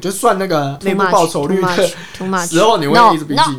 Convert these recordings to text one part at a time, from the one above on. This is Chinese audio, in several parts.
就算那个 Too 内部 much, 报酬率 too 的 much, too much 时候，你会 No, 一直笔 no, 记。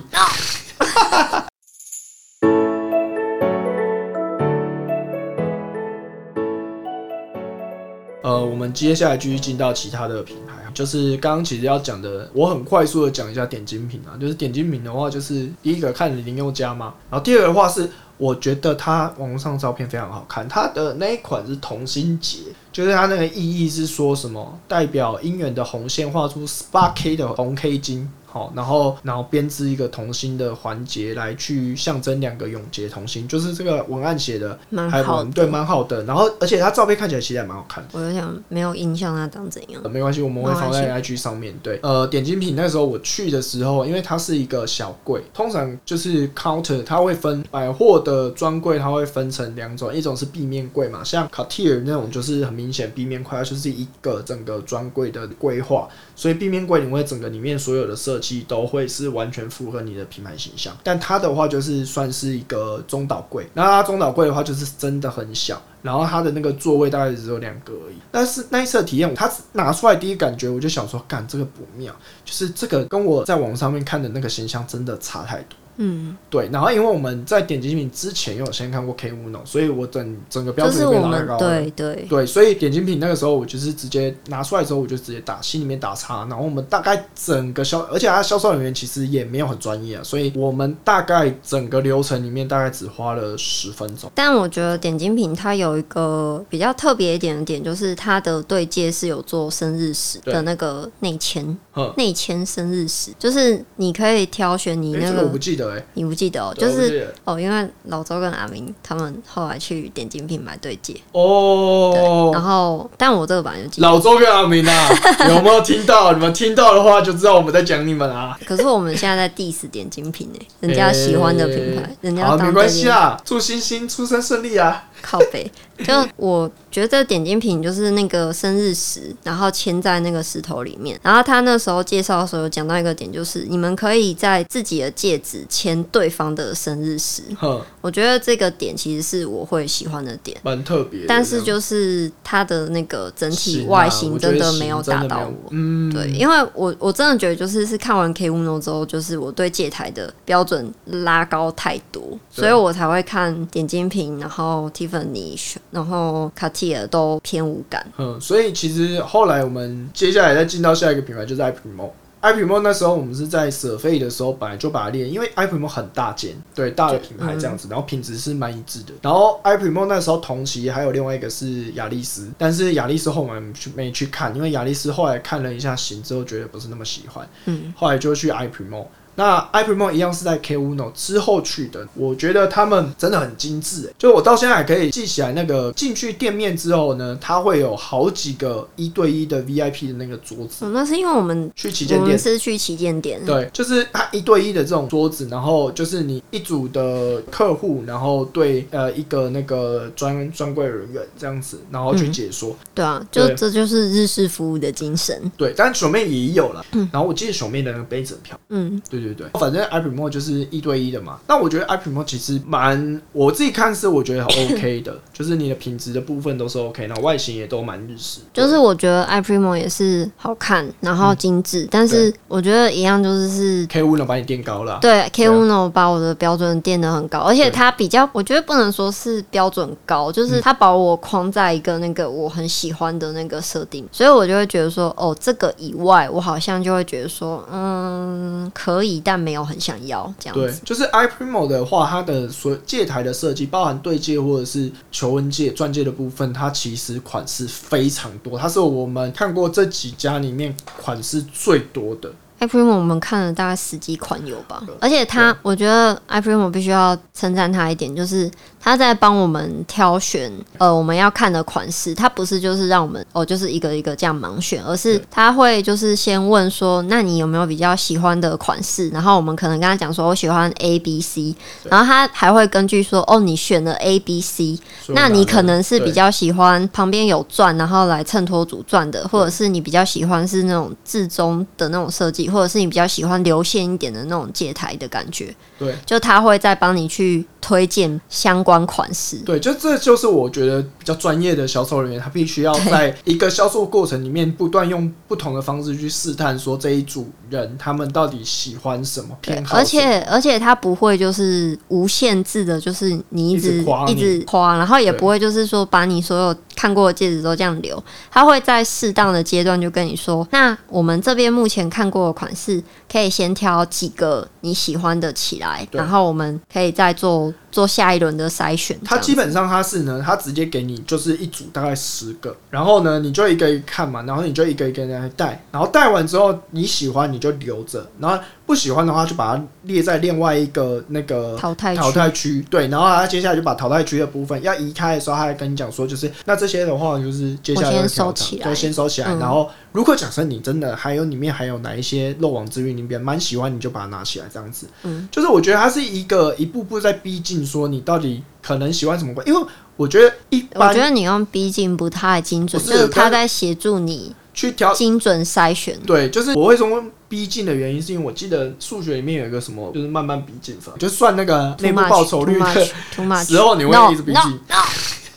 呃，我们接下来继续进到其他的品牌，就是刚刚其实要讲的，我很快速的讲一下点睛品啊，就是点睛品的话，就是第一个看林宥嘉嘛，然后第二个的话是，我觉得它网络上照片非常好看，它的那一款是同心结，就是它那个意义是说什么代表姻缘的红线画出 SPA K 的红 K 金。好，然后然后编织一个同心的环节来去象征两个永结同心，就是这个文案写的蛮还好蛮的对蛮好的，然后而且它照片看起来其实还蛮好看的。我有点没有印象它长怎样呃，。没关系，我们会放在 IG 上面。对，呃，点睛品那时候我去的时候，因为它是一个小柜，通常就是 counter，它会分百货的专柜，它会分成两种，一种是壁面柜嘛，像 Cartier 那种就是很明显壁面柜，它就是一个整个专柜的规划，所以壁面柜你会整个里面所有的设计都会是完全符合你的品牌形象。但它的话就是算是一个中岛柜，那它中岛柜的话就是真的很小，然后它的那个座位大概只有两个而已。但是那一次的体验，它拿出来第一感觉我就想说，干这个不妙，就是这个跟我在网上面看的那个形象真的差太多。嗯，对，然后因为我们在点击品之前有先看过 K 五 No，所以我整整个标嗯就准是就被我拉们高了。对对，对，所以点睛品那个时候，我就是直接拿出来之后，我就直接打心里面打叉。然后我们大概整个销，而且他销售人员其实也没有很专业啊，所以我们大概整个流程里面大概只花了十分钟。但我觉得点睛品它有一个比较特别一点的点，就是它的对戒是有做生日史对的那个内嵌嗯，内嵌生日史，就是你可以挑选你诶那这个我个不记得哎、你不记得哦，对就我不是记得哦，因为老周跟阿明他们后来去点睛品买对戒，然哦，后但我这个版就记得，老周跟阿明啊，有没有听到？你们听到的话就知道我们在讲你们啊。可是我们现在在 diss 点睛品哎，人家喜欢的品牌诶，人家哎好，当没对关戒系啊，祝星星出生顺利啊。靠背。就我觉得点睛品就是那个生日石，然后嵌在那个石头里面。然后他那时候介绍的时候有讲到一个点，就是你们可以在自己的戒指签对方的生日石。哼，我觉得这个点其实是我会喜欢的点。蛮特别的这样。但是就是它的那个整体行啊外我形觉得真的行没有真打的到没有我，嗯，对，因为我我真的觉得就是是看完 K Uno 之后，就是我对戒台的标准拉高太多，所以我才会看点睛瓶，然后 Tiffany，然后 Cartier 都偏无感。嗯，所以其实后来我们接下来再进到下一个品牌就是 iPrimo。iPrimo 那时候我们是在舍费的时候本来就把它列，因为 iPrimo 很大间，对大的品牌这样子，然后品质是蛮一致的。然后 iPrimo 那时候同期还有另外一个是雅丽丝，但是雅丽丝后来我们去没去看，因为雅丽丝后来看了一下型之后觉得不是那么喜欢，嗯，后来就去 iPrimo。那 iPrimo 一样是在 K Uno 之后去的，我觉得他们真的很精致、欸就我到现在还可以记起来那个进去店面之后呢，它会有好几个一对一的 VIP 的那个桌子，哦、那是因为我们去旗我舰们店。是去旗舰店，对，就是它一对一的这种桌子，然后就是你一组的客户，然后对呃一个那个专专柜人员这样子，然后去解说。对啊，就对这就是日式服务的精神。对，但熊妹也有了。然后我记得熊妹的那个杯子很漂亮嗯，对对对，反正 iPrimo 就是一对一的嘛。那我觉得 iPrimo 其实蛮，我自己看是我觉得 OK 的，就是你的品质的部分都是 OK，然后外形也都蛮日式。就是我觉得 iPrimo 也是好看，然嗯后精致，但是我觉得一样就是是 K 五能把你垫高了啊，对对，K 啊 Uno 把我的标准垫得很高，而且它比较，我觉得不能说是标准高，嗯就是它把我框在一个那个我很喜欢的那个设定，所以我就会觉得说，哦，这个以外，我好像就会觉得说，嗯，可以，但没有很想要这样对子。，就是 iPrimo 的话，它的所戒台的设计，包含对戒或者是求婚戒、钻戒的部分，它其实款式非常多，它是我们看过这几家里面款式最多的。 iPrimo 我们看了大概十几款有吧，而且它，我觉得 iPrimo 必须要称赞它一点，就是它在帮我们挑选呃我们要看的款式，它不是就是让我们哦就是一个一个这样盲选，而是它会就是先问说，那你有没有比较喜欢的款式？然后我们可能跟他讲说我喜欢 A B C，然后他还会根据说哦你选了 A B C，所以我那你拿了可能是对比较喜欢旁边有钻，然后来衬托主钻的，或者是你比较喜欢是那种至中的那种设计，体，或者是你比较喜欢流线一点的那种戒台的感觉，对就他会再帮你去推荐相关款式。对，就这就是我觉得比较专业的销售人员，他必须要在一个销售过程里面不断用不同的方式去试探，说这一组人他们到底喜欢什么对偏，好什么，而且而且他不会就是无限制的，就是你一一直直夸你一直夸，然后也对不会就是说把你所有看过的戒指都这样留，他会在适当的阶段就跟你说，那我们这边目前看过的款式，可以先挑几个你喜欢的起来，对然后我们可以再做做下一轮的筛选。它这样基本上它是呢，它直接给你就是一组大概十个，然后呢你就一个一个看嘛，然后你就一个一个来带，然后带完之后你喜欢你就留着，然后不喜欢的话就把它列在另外一个那个淘汰区淘汰区，对，然后他接下来就把淘汰区的部分要移开的时候，他还跟你讲说，就是那这些的话就是接下来我先会调收整起来对，先收起来，嗯然后如果假设你真的还有里面还有哪一些漏网之鱼，你比较蛮喜欢，你就把它拿起来这样子。嗯，就是我觉得它是一个一步步在逼近，说你到底可能喜欢什么关，因为我觉得一我觉般得你用逼近不太精准，不就是是他但在协助你去挑精准筛选。对，就是我为什么逼近的原因，是因为我记得数学里面有一个什么，就是慢慢逼近法，就是算那个 Too 内 much, 部报酬率 too 的 much, too much 时候，你会 No, 一直逼 no, 近。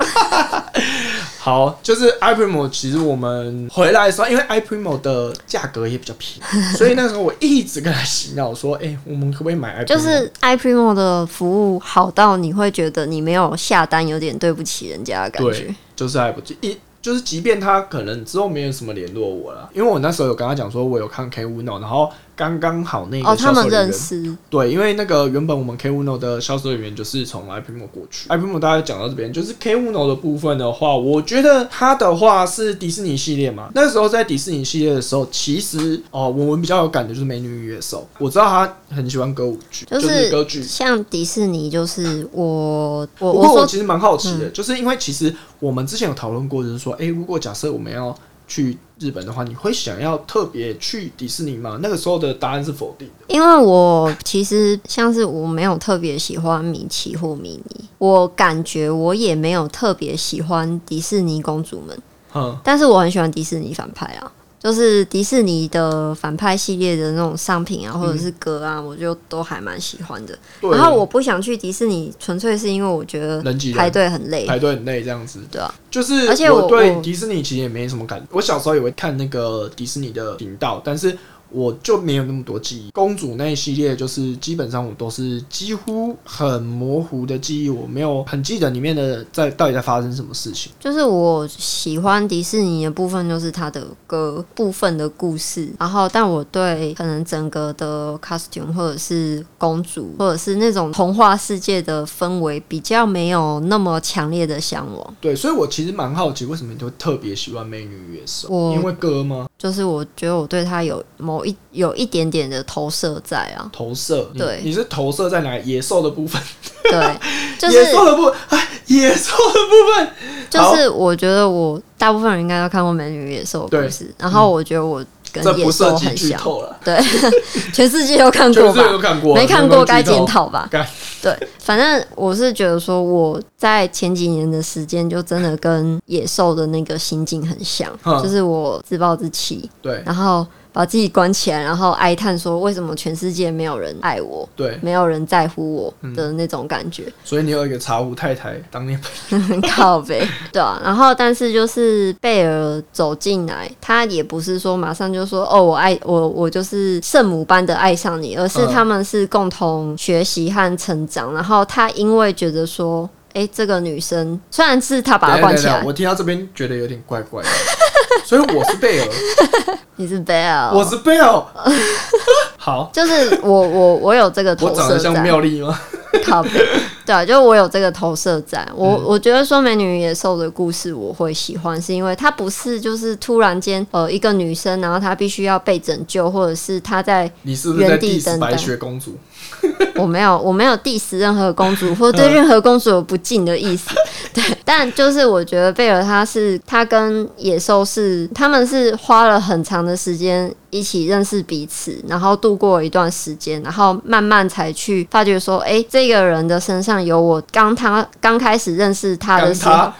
好，就是 iPrimo，其实我们回来的时候，因为 iPrimo 的价格也比较便 宜，所以那时候我一直跟他洗脑说，哎、我们可不可以买 iPrimo？就是 iPrimo 的服务好到你会觉得你没有下单有点对不起人家的感觉对。，就是还不错一。就是，即便他可能之后没有什么联络我了，因为我那时候有跟他讲说，我有看 K Uno，然后刚刚好那哦，个他销售们人认员识，对，因为那个原本我们 K Uno 的销售人员就是从 iPrimo 过去，iPrimo 大概讲到这边，就是 K Uno 的部分的话，我觉得它的话是迪士尼系列嘛。那时候在迪士尼系列的时候，其实哦，我们比较有感觉就是《美女与野兽》，我知道他很喜欢歌舞剧，就就是歌剧。像迪士尼，就是我我不过我说嗯其实蛮好奇的，就是因为其实我们之前有讨论过，就是说，诶，如果假设我们要去日本的话，你会想要特别去迪士尼吗？那个时候的答案是否定的。因为我其实像是我没有特别喜欢米奇或米妮，我感觉我也没有特别喜欢迪士尼公主们，嗯，但是我很喜欢迪士尼反派啊，就是迪士尼的反派系列的那种商品啊，或嗯者是歌啊，我就都还蛮喜欢的。对。然后我不想去迪士尼，纯粹是因为我觉得人挤人排队很累。排队很累这样子。对啊，就是而且我我对我迪士尼其实也没什么感觉。我小时候也会看那个迪士尼的频道，但是我就没有那么多记忆。公主那一系列就是基本上我都是几乎很模糊的记忆，我没有很记得里面的在到底在发生什么事情。就是我喜欢迪士尼的部分，就是它的歌部分的故事。然后，但我对可能整个的 costume 或者是公主，或者是那种童话世界的氛围，比较没有那么强烈的向往。对，所以我其实蛮好奇，为什么你会特别喜欢《美女与野兽》？我因为歌吗？，就是我觉得我对它有某一有一点点的投射在啊投射，你对你是投射在哪里？野兽的部分， 对，就是野兽的部分， 哎，野兽的部分，就是我觉得我大部分人应该都看过《美女与野兽》的故事，然后我觉得我跟嗯这野不涉兽及很剧像，透了，对，全世界都看全过世界吧都？看过，没看过该检检讨。讨吧该？对，反正我是觉得说我在前几年的时间就真的跟野兽的那个心境很像，嗯就是我自暴自弃，对然后把自己关起来，然后哀叹说为什么全世界没有人爱我，对，嗯没有人在乎我的那种感觉。所以你有一个茶壶太太当年很靠背，对啊。然后，但是就是贝尔走进来，他也不是说马上就说哦，我爱我，我就是圣母般的爱上你，而是嗯他们是共同学习和成长。然后他因为觉得说，诶，这个女生虽然是他 把她关起等一下等一来下，我听到这边觉得有点怪怪的， 所以我是 贝尔，你是贝尔，哦我是贝尔。 好，就是我我我有这个我投长射得像在。妙丽吗？ 靠背，对啊，就我有这个投射在。我、我觉得说《美女与野兽》的故事我会喜欢，是因为它不是就是突然间呃一个女生，然后她必须要被拯救，或者是她在你是不是在原地 diss 等待白雪公主？ 我没有我没有 diss 任何公主，或对任何公主有不敬的意思。对，但就是我觉得贝尔他是他跟野兽是他们是花了很长的时间一起认识彼此，然后度过一段时间，然后慢慢才去发觉说，哎诶，这个人的身上有我刚他刚开始认识他的干时候他，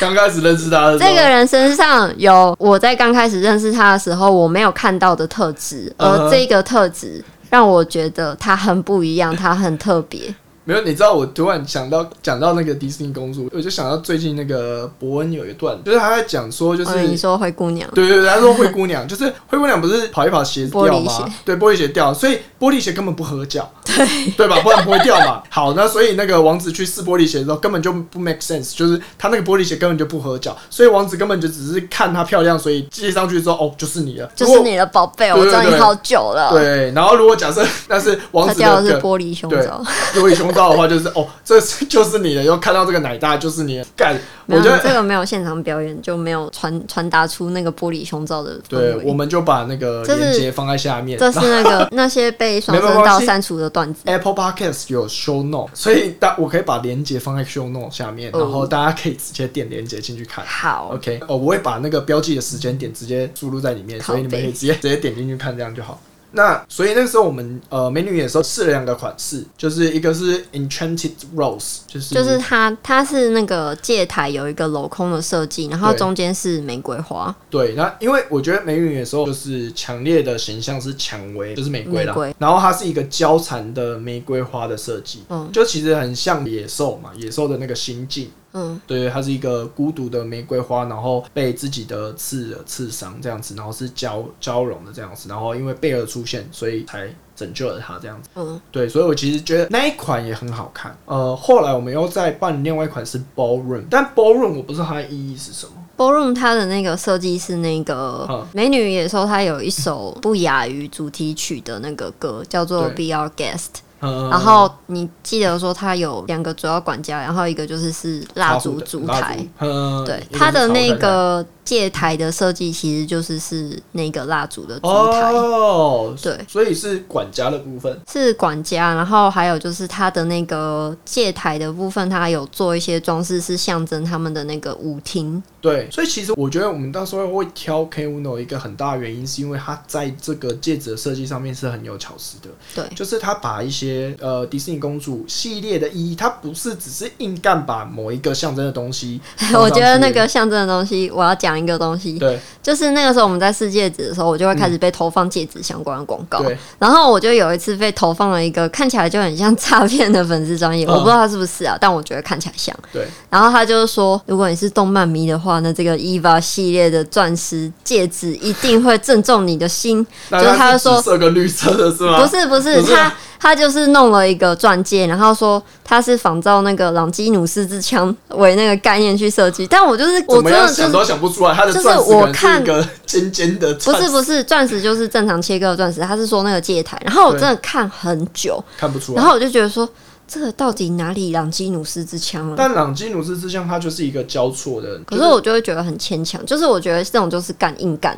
刚开始认识他的 时候，这个人身上有我在刚开始认识他的时候我没有看到的特质，嗯哼而这个特质让我觉得他很不一样，他很特别。没有，你知道我突然想到讲到那个迪士尼公主，我就想到最近那个伯恩有一段，就是他在讲说，就是、嗯、你说灰姑娘，对对对，他说灰姑娘，就是灰姑娘不是跑一跑鞋玻璃掉鞋吗？对，玻璃鞋掉，所以玻璃鞋根本不合 脚，对对吧？不然不会掉嘛。好，那所以那个王子去试玻璃鞋的时候，根本就不 make sense，就是他那个玻璃鞋根本就不合脚，所以王子根本就只是看她漂亮，所以接上去之后，哦，就是你了，就是你的宝贝，我对对知道你对好久如了。果。对，然后如果假设那是王他子掉的的是梗玻璃胸对罩， 如果胸罩的话，就是哦，这是 就是你的，又看到这个奶大就是你的，干，我没有觉这得。个没有现场表演，就没有传传达出那个玻璃胸罩的氛对，我围。们就把那个这是链接放在下面。这是那个那些被双声没关道系删除的段子， Apple Podcast 有 show note，所以大我可以把链接放在 show note 下面，哦然后大家可以直接点链接进去看。好， OK，哦，我会把那个标记的时间点直接输入在里面，靠所以背你们可以直接直接点进去看，这样就好。那所以那个时候我们呃美女野兽试了两个款式，就是一个是 Enchanted Rose，就是就是它它是那个戒台有一个镂空的设计，然后对中间是玫瑰花对，那因为我觉得美女野兽就是强烈的形象是蔷薇，就是玫瑰啦，玫瑰然后它是一个交缠的玫瑰花的设计，嗯就其实很像野兽嘛，野兽的那个心境。嗯，对，它是一个孤独的玫瑰花，然后被自己的刺刺伤这样子，然后是交交融的这样子，然后因为贝尔出现，所以才拯救了他这样子。嗯，对，所以我其实觉得那一款也很好看。呃，后来我们又再办另外一款是 Ballroom，但 Ballroom 我不知道它的意义是什么。 ballroom 它的那个设计是那个嗯《美女与野兽》，它有一首不亚于主题曲的那个歌，叫做《对 Be Our Guest》。嗯，然后你记得说它有两个主要管家，然后一个就是是蜡烛烛台。，嗯，对，一它的是那朝台个戒台的设计其实就是是那个蜡烛的烛台。哦，对所以是管家的部分。是管家，然后还有就是它的那个戒台的部分，它有做一些装饰，是象征他们的那个舞厅。对，所以其实我觉得我们到时候会挑 K Uno 一个很大的原因，是因为它在这个戒指的设计上面是很有巧思的，对，就是它把一些呃迪士尼公主系列的意义，它不是只是硬干把某一个象征的东西放上去。 我觉得那个象征的东西，我要讲一个东西，对就是那个时候我们在试戒指的时候，我就会开始被投放戒指相关的广告。对，然后我就有一次被投放了一个看起来就很像诈骗的粉丝专业，嗯我不知道他是不是啊，但我觉得看起来像。对，然后他就是说，如果你是动漫迷的话，那这个 EVA 系列的钻石戒指一定会正中你的心。那就是他它就是说紫色跟绿色的是吗？不是不是，啊不是他他就是弄了一个钻戒，然后说他是仿照那个朗基努斯之枪为那个概念去设计，但我就是我怎么真样的就想是都想不出来，它的就是钻石可我能是看一个尖尖的不钻石，是不是钻石就是正常切割的钻石，他是说那个戒台，然后我真的看很久，看不出来然。后我就觉得说这个到底哪里朗基努斯之枪了？但朗基努斯之像它就是一个交错的，可是我就会觉得很牵强，就是我觉得这种就是干硬干，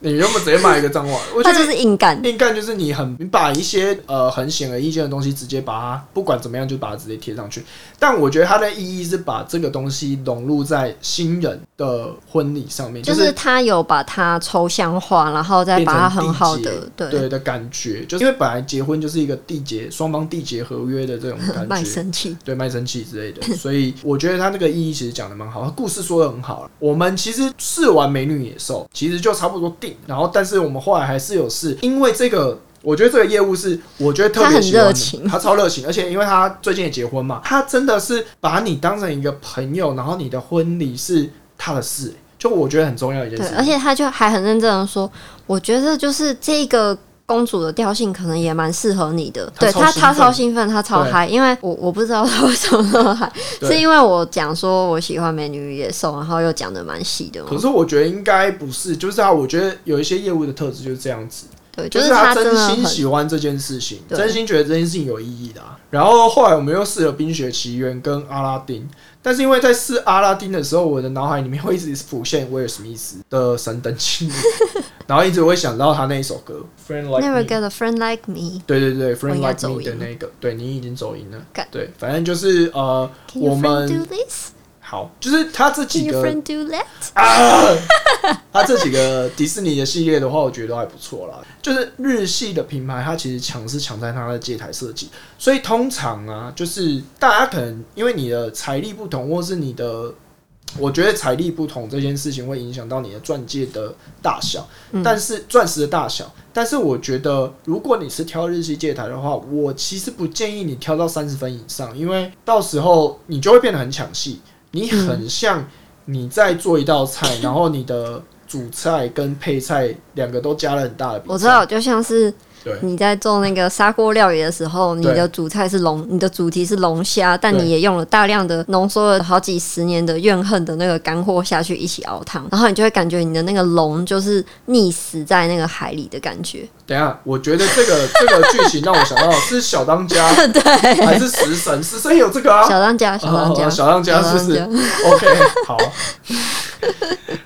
你原本直接买一个脏话，我觉他得就是硬干，硬干就是你很，你把一些呃很显而易见的东西直接把它不管怎么样就把它直接贴上去。但我觉得它的意义是把这个东西融入在新人的婚礼上面，就是是他有把它抽象化，然后再变把成它很好缔结的对的感觉，就是因为本来结婚就是一个缔结双方缔结合约的这种 卖感觉。身契。对卖身契之类的，所以我觉得他那个意义其实讲的蛮好，他故事说的很好。我们其实试完《美女野兽》，其实就差不多定，然后但是我们后来还是有试，因为这个。我觉得这个业务是，我觉得特别喜欢他很热的情他超热情，而且因为他最近也结婚嘛，他真的是把你当成一个朋友，然后你的婚礼是他的事、就我觉得很重要的一件对，事。而且他就还很认真的说，我觉得就是这个公主的调性可能也蛮适合你的。她对超他，兴他奋超兴奋，他超对嗨，因为我我不知道他为什么那么嗨，对是因为我讲说我喜欢美女与野兽，然后又讲的蛮细的嘛可。是我觉得应该不是，就是他，我觉得有一些业务的特质就是这样子，对，就是是他他真真的心很喜欢这件事情，对真心觉得这件事情有意义的、啊。然后后来我们又试了《冰雪奇缘》跟《阿拉丁》，但是因为在试阿拉丁的时候，我的脑海里面会一直浮现威尔史密斯的《神灯奇缘》， 然后一直会想到他那一首歌 《Friend Like Me never》。get a friend like me。对对对我，Friend 应该 Like 走 Me 音的那个，对你已经走音了干。对，反正就是呃， Can 我 your friend 们 do this？好，就是它这几 Can your 个 friend do that？ 它啊这几个迪士尼的系列的话，我觉得都还不错啦。就是日系的品牌，它其实强是强在它的街台设计，所以通常啊，就是大家可能因为你的财力不同，或是你的，我觉得财力不同这件事情会影响到你的钻戒的大小，嗯但是钻石的大小。但是我觉得，如果你是挑日系戒台的话，我其实不建议你挑到三十分以上，因为到时候你就会变得很抢戏，嗯你很像你再做一道菜，然后你的主菜跟配菜两个都加了很大的比我知重道，就像是对你在做那个砂锅料理的时候，你对的主菜是龙，你的主题是龙虾，但对你也用了大量的浓缩了好几十年的怨恨的那个干货下去一起熬汤，然后你就会感觉你的那个龙就是溺死在那个海里的感觉。等一下，我觉得这个 这个剧情让我想到是小当家 对，还是食神，食神也有这个啊。小当家，小当家，哦小当家是不是小当家 OK，好，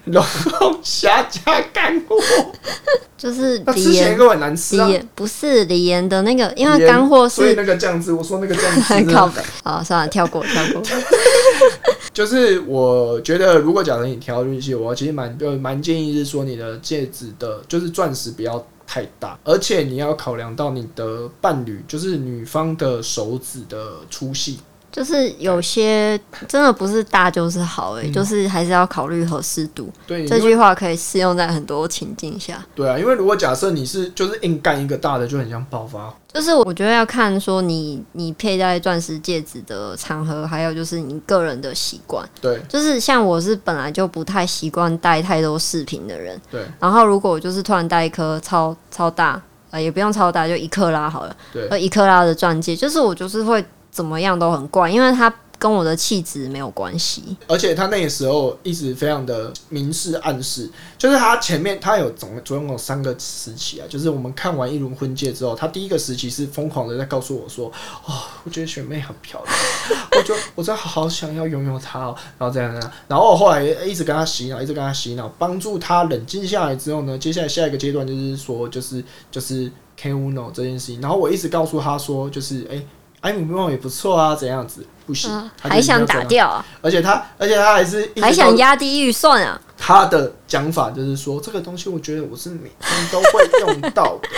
龙虾加干货，就是那李吃起来岩应，该很难吃啊李。岩不是李岩的那个，因盐为干货所以是那个酱汁，我说那个酱汁真的 靠北。好，算了，跳过，跳过。就是我觉得，如果假设你挑日系，我其实蛮就蛮建议是说你的戒指的，就是钻石不要太大，而且你要考量到你的伴侣，就是女方的手指的粗细。就是有些真的不是大就是好、欸，就是还是要考虑合适度。对，这嗯哎因为句话可以适用在很多情境下，对啊，因为如果假设你是就是硬干一个大的，就很像爆发。就是我觉得要看说你你佩戴钻石戒指的场合，还有就是你个人的习惯。对就是像我是本来就不太习惯戴太多饰品的人，对然后如果我就是突然戴一颗超超大，呃，也不用超大，就一克拉好了，对呃，一克拉的钻戒，就是我就是会怎么样都很怪，因为它跟我的气质没有关系。而且他那个时候一直非常的明示暗示，就是他前面他有总总共有三个时期啊，就是我们看完一轮婚戒之后，他第一个时期是疯狂的在告诉我说，哦，我觉得雪妹很漂亮，我就我真的好想要拥有她哦，然后这样这样，然后我后来一直跟他洗脑，一直跟他洗脑，帮助他冷静下来之后呢，接下来下一个阶段就是说，就是就是 K Uno 这件事情，然后我一直告诉他说，就是哎。艾米梦也不错啊，怎样子不行？啊他就还一定要这想打样掉啊，而且他，而且他还是一直还告想诉压低预算啊，他的讲法就是说，这个东西我觉得我是每天都会用到 的，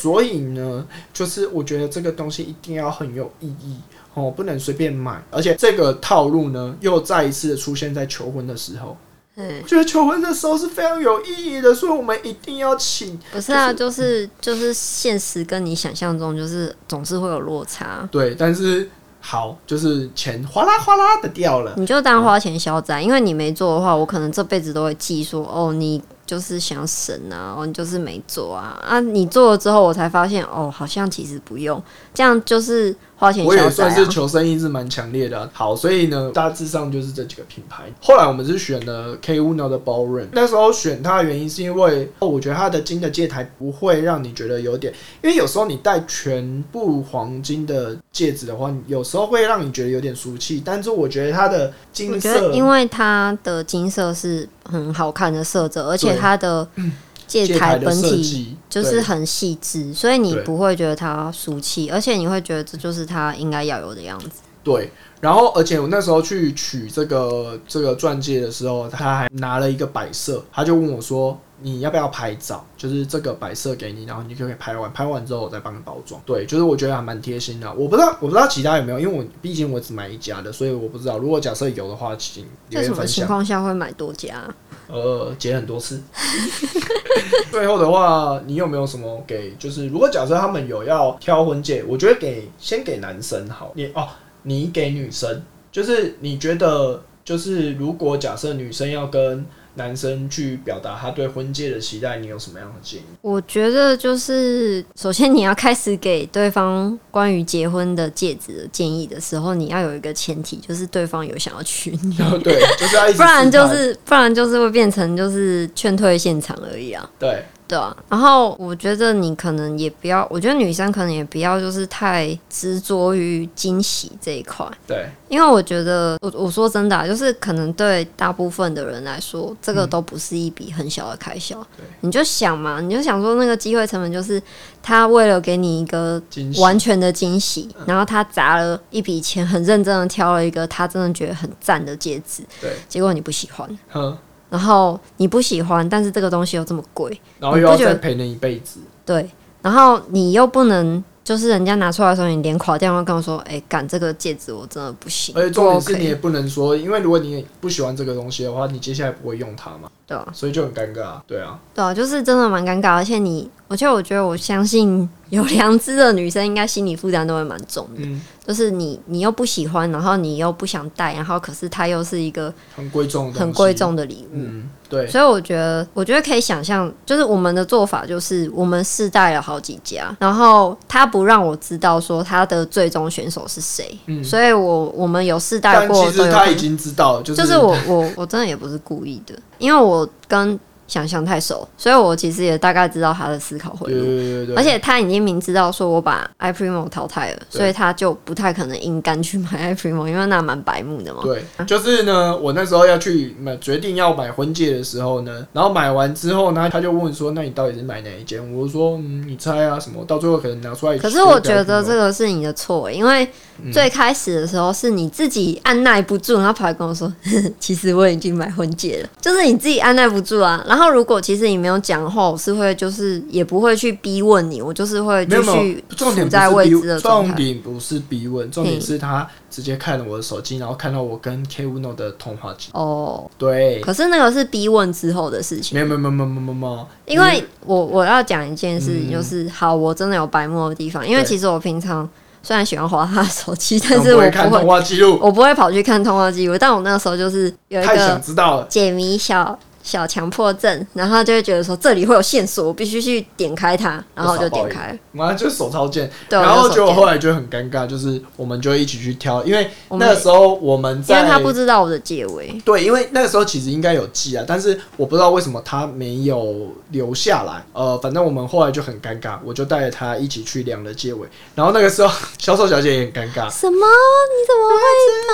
所以呢，就是我觉得这个东西一定要很有意义哦，不能随便买。而且这个套路呢，又再一次的出现在求婚的时候。嗯，我觉得求婚的时候是非常有意义的，所以我们一定要请不是啊，就是就是现实跟你想象中就是总是会有落差，对，但是好，就是钱哗啦哗啦的掉了。你就当花钱消灾，因为你没做的话，我可能这辈子都会记说哦，你就是想省啊，哦，你就是没做啊啊，你做了之后我才发现哦，好像其实不用，这样就是花钱我消也灾算是啊。求生意志蛮强烈的啊、好，所以呢，大致上就是这几个品牌。后来我们是选了 K Uno 的 Ballroom，那时候选它的原因是因为哦我觉得它的金的戒台不会让你觉得有点，因为有时候你戴全部黄金的戒指的话，你有时候会让你觉得有点俗气，但是我觉得它的我金觉得，色因为它的金色是很好看的色泽，而且它的嗯戒戒台台的本设体计就是对很细致，所以你对不会觉得它俗气，而且你会觉得这就是它应该要有的样子。对，然后而且我那时候去取这个这个钻戒的时候，他还拿了一个摆设，他就问我说：“你要不要拍照？就是这个摆设给你，然后你就可以拍完，拍完之后我再帮你包装。”对，就是我觉得还蛮贴心的。我不知道我不知道其他有没有，因为我毕竟我只买一家的，所以我不知道。如果假设有的话，请留在言什么分情享。况下会买多家啊？呃，结很多次。 最后的话，你有没有什么给？就是如果假设他们有要挑婚戒，我觉得给先给男生好。你哦，你给女生，就是你觉得，就是如果假设女生要跟男生去表达她对婚戒的期待，你有什么样的建议？我觉得就是，首先你要开始给对方关于结婚的戒指的建议的时候，你要有一个前提，就是对方有想要娶你，对，就是要一直不然就试探是不然就是会变成就是劝退现场而已啊。对对啊，然后我觉得你可能也不要，我觉得女生可能也不要就是太执着于惊喜这一块，对，因为我觉得我我说真的、啊，就是可能对大部分的人来说，这个都不是一笔很小的开销。嗯对你就想嘛，你就想说那个机会成本就是他为了给你一个惊喜嗯完全的惊喜，然后他砸了一笔钱，很认真的挑了一个他真的觉得很赞的戒指，对，结果你不喜欢，哼，然后你不喜欢，但是这个东西又这么贵，然后你又不要觉得再陪你一辈子，对，然后你又不能，就是人家拿出来的时候，你脸垮掉，然后跟我说：“哎、赶这个戒指我真的不行。”而且不重点是你 OK，也不能说，因为如果你不喜欢这个东西的话，你接下来不会用它嘛，对啊，所以就很尴尬啊，对啊，对啊，就是真的蛮尴尬。而且你，而且我觉得，我相信有良知的女生，应该心理负担都会蛮重的。嗯，就是你，你又不喜欢，然后你又不想戴，然后可是它又是一个很贵重的东西，很贵，重的礼物。嗯，对，所以我觉得，我觉得可以想象，就是我们的做法就是，我们试戴了好几家，然后他不让我知道说他的最终选手是谁，嗯所以我我们有试戴但过其都实有他看已经知道了，就是就是我我我真的也不是故意的，因为我跟想象太熟，所以我其实也大概知道他的思考回对对路。对对对，而且他已经明知道说我把 iPrimo 淘汰了，对所以他就不太可能硬干去买 iPrimo，因为那蛮白目的嘛。对，就是呢，我那时候要去买，决定要买婚戒的时候呢，然后买完之后呢，他就问说：“那你到底是买哪一件？”我就说：“嗯，你猜啊，什么？”到最后可能拿出来。可是我觉得这个是你的错，欸因为嗯最开始的时候是你自己按耐不住，然后跑来跟我说， 呵呵其实我已经买婚戒了，就是你自己按耐不住啊。然后如果其实你没有讲的话，我是会就是也不会去逼问你，我就是会没继有没有续，重点处不在是未逼知的问，状重态。点不是逼问，重点是他直接看了我的手机，然后看到我跟 K Uno 的通话记录。哦，对，可是那个是逼问之后的事情。没有没有没有没有没有没嗯有，因为我我要讲一件事情，就是、好，我真的有白目的地方，因为对其实我平常虽然喜欢划他的手机，你 但是我会看不会通，话记录，我不会跑去看通话记录，但我那个时候就是有一太想个知道了。解谜小小强迫症，然后就会觉得说这里会有线索，我必须去点开它，然后我就点开了。妈，就手超贱，对然我后就手结果贱后来就很尴尬，就是我们就一起去挑，因为我们那时候我们因在为他不知道我的结尾，对，因为那个时候其实应该有记啊，但是我不知道为什么他没有留下来。呃，反正我们后来就很尴尬，我就带着他一起去量了结尾。然后那个时候 销售小姐也很尴尬，什么？你怎么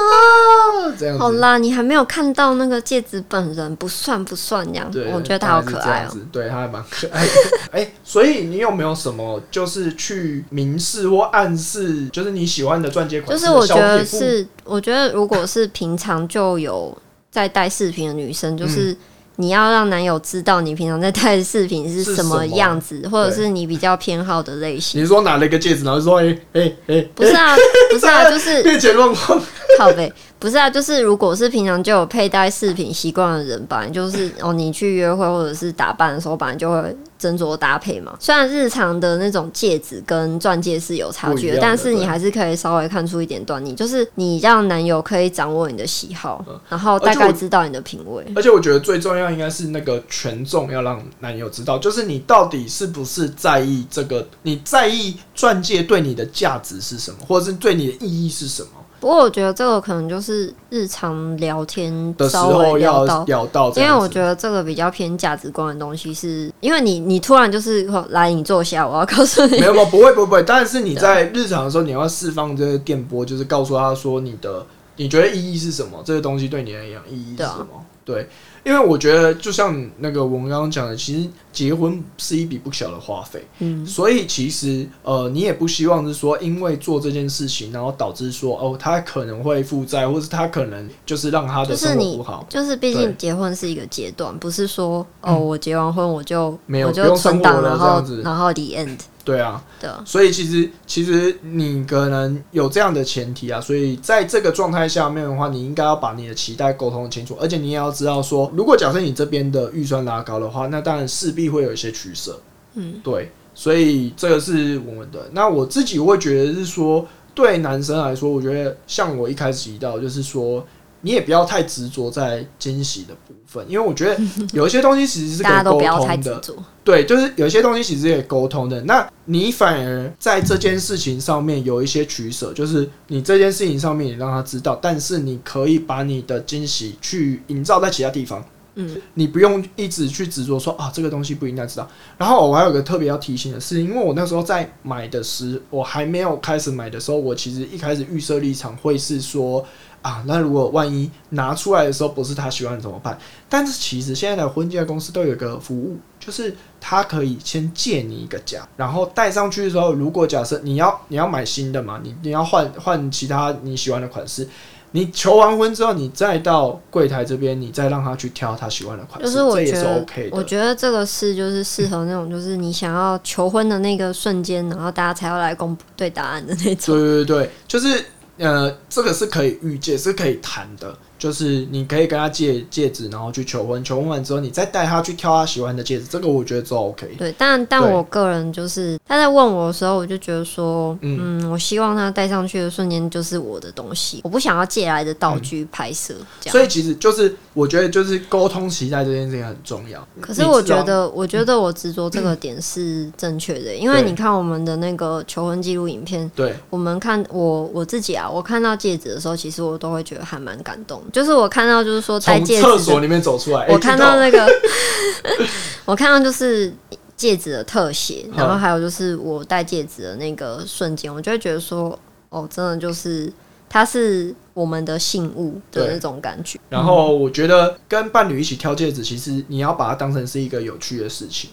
会啊这样子。知道？好啦，你还没有看到那个戒指本人，不算不算这样对，。我觉得他好可大概是爱这样哦、子对他还蛮可爱的。 哎、所以你有没有什么就是去明示或暗示，就是你喜欢的钻戒款就式是的我小觉撇得步是，我觉得如果是平常就有在戴饰品的女生，嗯就是你要让男友知道你平常在戴的饰品是是什么什么样子，或者对是你比较偏好的类型。你是说拿了一个戒指，然后说哎哎哎，不是啊，不是 啊，就是面前乱晃， 靠背，不是啊，就是如果是平常就有佩戴饰品习惯的人，本来就是哦，你去约会或者是打扮的时候，本来就会斟酌搭配嘛。虽然日常的那种戒指跟钻戒是有差距不一样的但是你对还是可以稍微看出一点端倪，就是你让男友可以掌握你的喜好，然后大嗯而且概我知道你的品味。 而且我觉得最重要应该是那个权重要让男友知道，就是你到底是不是在意这个，你在意钻戒对你的价值是什么，或者是对你的意义是什么不过我觉得这个可能就是日常聊天的时稍候微要聊到。聊到这因为样我子。觉得这个比较偏价值观的东西是，因为你你突然就是哦来你坐下，我要告诉 你没有没有不会不会不会，但是你在啊日常的时候，你要释放这个电波，就是告诉他说你的你觉得意义是什么，这个东西对你来讲意义是对啊什么？对，因为我觉得就像那个我们刚刚讲的，其实结婚是一笔不小的花费，嗯，所以其实呃，你也不希望是说，因为做这件事情，然后导致说哦，他可能会负债，或是他可能就是让他就的是生活你不好，，就是毕对嗯竟结婚是一个阶段，不是说哦，我结完婚我就没有我不就用生存活档，了然这后样子然后 the end 对啊。的。所以其实其实你可能有这样的前提啊，所以在这个状态下面的话，你应该要把你的期待沟通清楚，而且你也要知道说，如果假设你这边的预算拉高的话，那当然势必会有一些取舍。嗯，对，所以这个是我们的。那我自己会觉得是说，对男生来说，我觉得像我一开始提到，就是说。你也不要太执着在惊喜的部分，因为我觉得有一些东西其实是可 大以家都沟不要太通执的，着，对，就是有些东西其实也沟通的。那你反而在这件事情上面有一些取舍，就是你这件事情上面你让他知道，但是你可以把你的惊喜去营造在其他地方。嗯，你不用一直去执着说啊这个东西不应该知道。然后我还有个特别要提醒的是，因为我那时候在买的时，我还没有开始买的时候，我其实一开始预设立场会是说啊，那如果万一拿出来的时候不是他喜欢的怎么办？但是其实现在的婚介公司都有一个服务，就是他可以先借你一个夹，然后带上去的时候，如果假设你要你要买新的嘛，你你要换换其他你喜欢的款式。你求完婚之后，你再到柜台这边，你再让他去挑他喜欢的款就式，是我这也觉是得 OK 的。我觉得这个事就是适合那种，就是你想要求婚的那个瞬间，然后大家才要来公布对答案的那种。对对对，就是呃，这个是可以预借，是可以谈的。就是你可以跟他借戒指，然后去求婚，求婚完之后，你再带他去挑他喜欢的戒指，这个我觉得都 OK。 对，但但对我个人就是他在问我的时候，我就觉得说，嗯我希望他戴上去的瞬间就是我的东西，我不想要借来的道具嗯拍摄、这样。所以其实就是我觉得就是沟通期待这件事情很重要。可是我你知道觉得，我觉得我执着这个点是正确的，因为对你看我们的那个求婚记录影片，对，我们看我我自己啊，我看到戒指的时候，其实我都会觉得还蛮感动。就是我看到就是说戴从戒厕指所的，里面走出来，我哎看听到那个， 我看到就是戒指的特写，嗯然后还有就是我戴戒指的那个瞬间，我就会觉得说，哦，真的就是它是我们的信物的对那种感觉。然后我觉得跟伴侣一起挑戒指，其实你要把它当成是一个有趣的事情，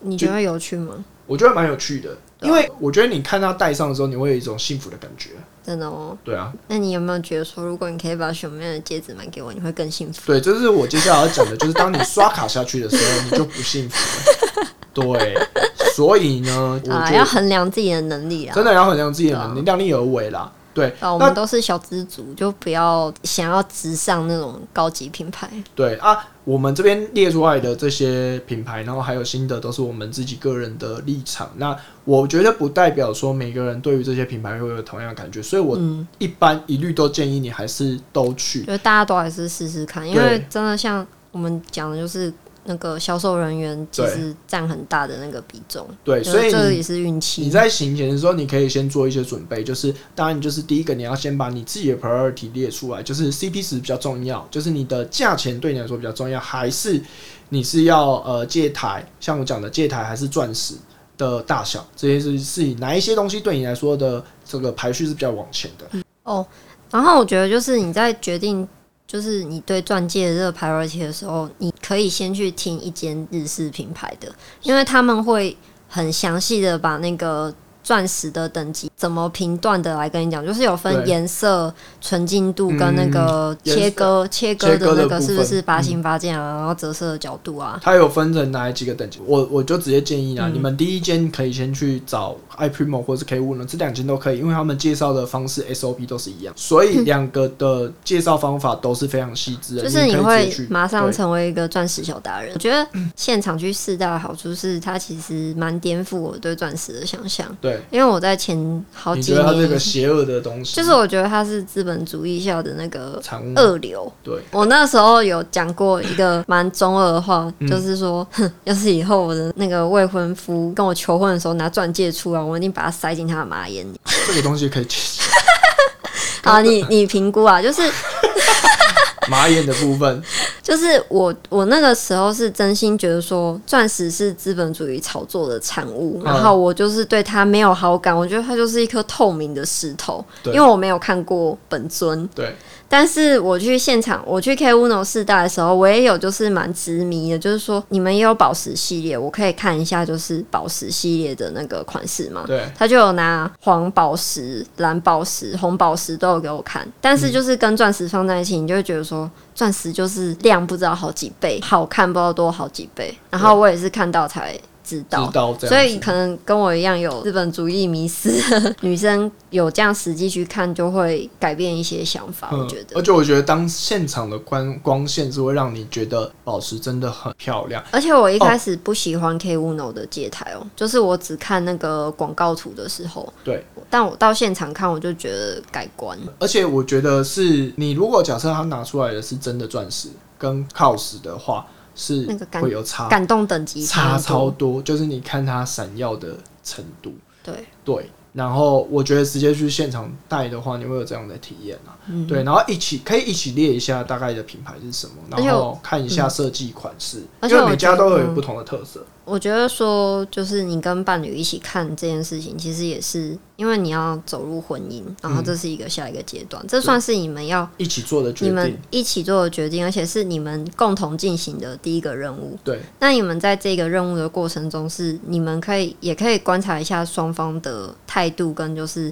你觉得有趣吗？我觉得蛮有趣的。对因啊为我觉得你看他戴上的时候，你会有一种幸福的感觉。真的哦，对啊，那你有没有觉得说，如果你可以把什么样的戒指买给我，你会更幸福？对，这是我接下来要讲的，就是当你刷卡下去的时候，你就不幸福了。对，所以呢，我啊，觉要得衡量自己的能力啊。真的要衡量自己的能力，量力而为啦。对，啊，我那们都是小资族，就不要想要直上那种高级品牌。对啊，我们这边列出来的这些品牌，然后还有新的，都是我们自己个人的立场。那我觉得不代表说每个人对于这些品牌会有同样的感觉，所以我嗯，一般一律都建议你还是都去。觉得大家都还是试试看，因为真的像我们讲的，就是那个销售人员其实占很大的那个比重，对，就所以这个你也是运气。你在行前的时候，你可以先做一些准备，就是当然就是第一个，你要先把你自己的 priority 列出来，就是 CP 值比较重要，就是你的价钱对你来说比较重要，还是你是要呃戒台，像我讲的戒台还是钻石的大小这些是是以哪一些东西对你来说的这个排序是比较往前的，哦，然后我觉得就是你在决定。就是你对钻戒的这个 priority 的时候，你可以先去听一间日式品牌的，因为他们会很详细的把那个钻石的等级怎么评断的来跟你讲，就是有分对嗯颜色、纯净度跟那个颜色切割、切割切割的的那个部是不分嗯是八星八件啊，然后折射的角度啊，它有分成哪几个等级，我我就直接建议啦，啊嗯你们第一间可以先去找 iPrimo 或是 K 五呢，这两间都可以，因为他们介绍的方式 SOP 都是一样，所以两个的介绍方法都是非常细致的，就是你你可以会直接去马上对成为一个钻石小达人。我觉得现场去试戴的好处是，它其实蛮颠覆我对钻石的想象。对，因为我在前好你几觉得它这个年，邪恶的东西就是我觉得它是资本主义下的那个产物，恶流。对，我那时候有讲过一个蛮中二的话，就是说，嗯哼，要是以后我的那个未婚夫跟我求婚的时候拿钻戒出来，我一定把它塞进他的 马眼里。这个东西可以解决啊，你你评估啊，就是马眼的部分，就是我我那个时候是真心觉得说，钻石是资本主义炒作的产物，嗯然后我就是对它没有好感，我觉得它就是一颗透明的石头，因对为我没有看过本尊。对，但是我去现场，我去 K Uno 试戴的时候，我也有就是蛮执迷的，就是说你们也有宝石系列，我可以看一下就是宝石系列的那个款式吗？对他就有拿黄宝石、蓝宝石、红宝石都有给我看，但是就是跟钻石放在一起，你就会觉得说钻石就是量不知道好几倍，好看不知道多好几倍。然后我也是看到才知道知。道这样子，所以可能跟我一样有资本主义迷失的 女生，有这样实际去看，就会改变一些想法。我觉嗯而得，且我觉得当现场的光光线是会让你觉得宝石真的很漂亮。而且我一开始不喜欢 K Uno 的戒台哦、就是我只看那个广告图的时候，嗯对，但我到现场看，我就觉得改观。而且我觉得是你如果假设他拿出来的是真的钻石跟 cos 的话，是那个感会有差感动等级差很多超多，就是你看它闪耀的程度。对，对，然后我觉得直接去现场戴的话，你会有这样的体验啊。嗯对，然后一起可以一起列一下大概的品牌是什么，而且然后看一下设计款式，而且因为我每觉家得都有嗯不同的特色。我觉得说，就是你跟伴侣一起看这件事情，其实也是因为你要走入婚姻，然嗯后这是一个下一个阶段，这算是你们要一起做的决你们定，一起做的决定，而且是你们共同进行的第一个任务。对，那你们在这个任务的过程中是，你们可以也可以观察一下双方的态度跟就是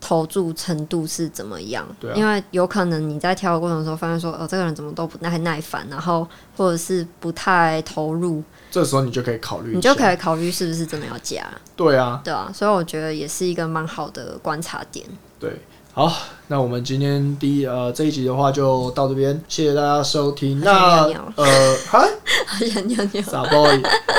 投注程度是怎么样。对啊因为有可能你在挑的过程中发现说，哦，这个人怎么都不太耐烦，然后或者是不太投入，这时候你就可以考虑一下，你就可以考虑是不是真的要加，对啊，对啊。所以我觉得也是一个蛮好的观察点。对。好，那我们今天第一呃这一集的话就到这边，谢谢大家收听。那好想尿尿呃， 哈， 好想尿尿，傻 boy，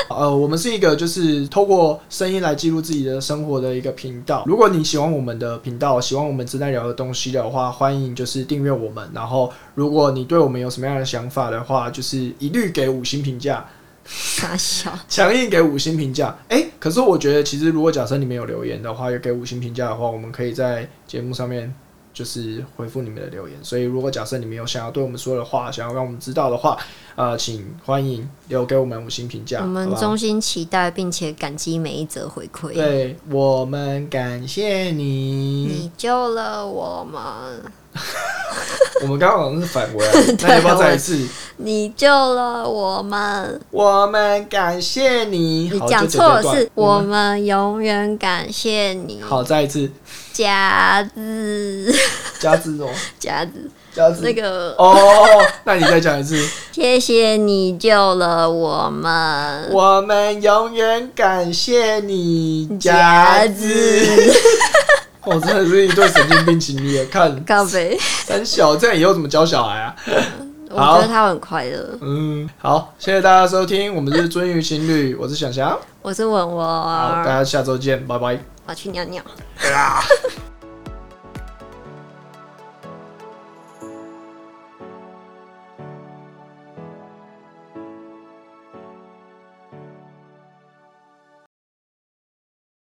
呃，我们是一个就是透过声音来记录自己的生活的一个频道。如果你喜欢我们的频道，喜欢我们正在聊的东西的话，欢迎就是订阅我们。然后，如果你对我们有什么样的想法的话，就是一律给五星评价，傻笑。强硬给五星评价。哎、可是我觉得其实如果假设你们有留言的话，有给五星评价的话，我们可以在节目上面。就是回复你们的留言，所以如果假设你们有想要对我们说的话，想要让我们知道的话，呃，请欢迎留给我们五星评价。我好们不好衷心期待并且感激每一则回馈。对我们感谢你。你救了我们，我们刚刚好像是反过来的，那要不要再一次？你救了我们。我们感谢你。你好讲错了，就直接断是我我们们永远感谢你。嗯好，再一次夹子，加字哦，夹子，加字那个哦。那你再讲一次，谢谢你救了我们。我们永远感谢你，加夹 字。我真的是一对神经病情侣，看告白，三小这样以后怎么教小孩啊？我觉得他很快乐。嗯，好，谢谢大家收听，我们是鳟鱼情侣，我是想想，我是文好，大文，家下周见，拜拜。我去尿尿。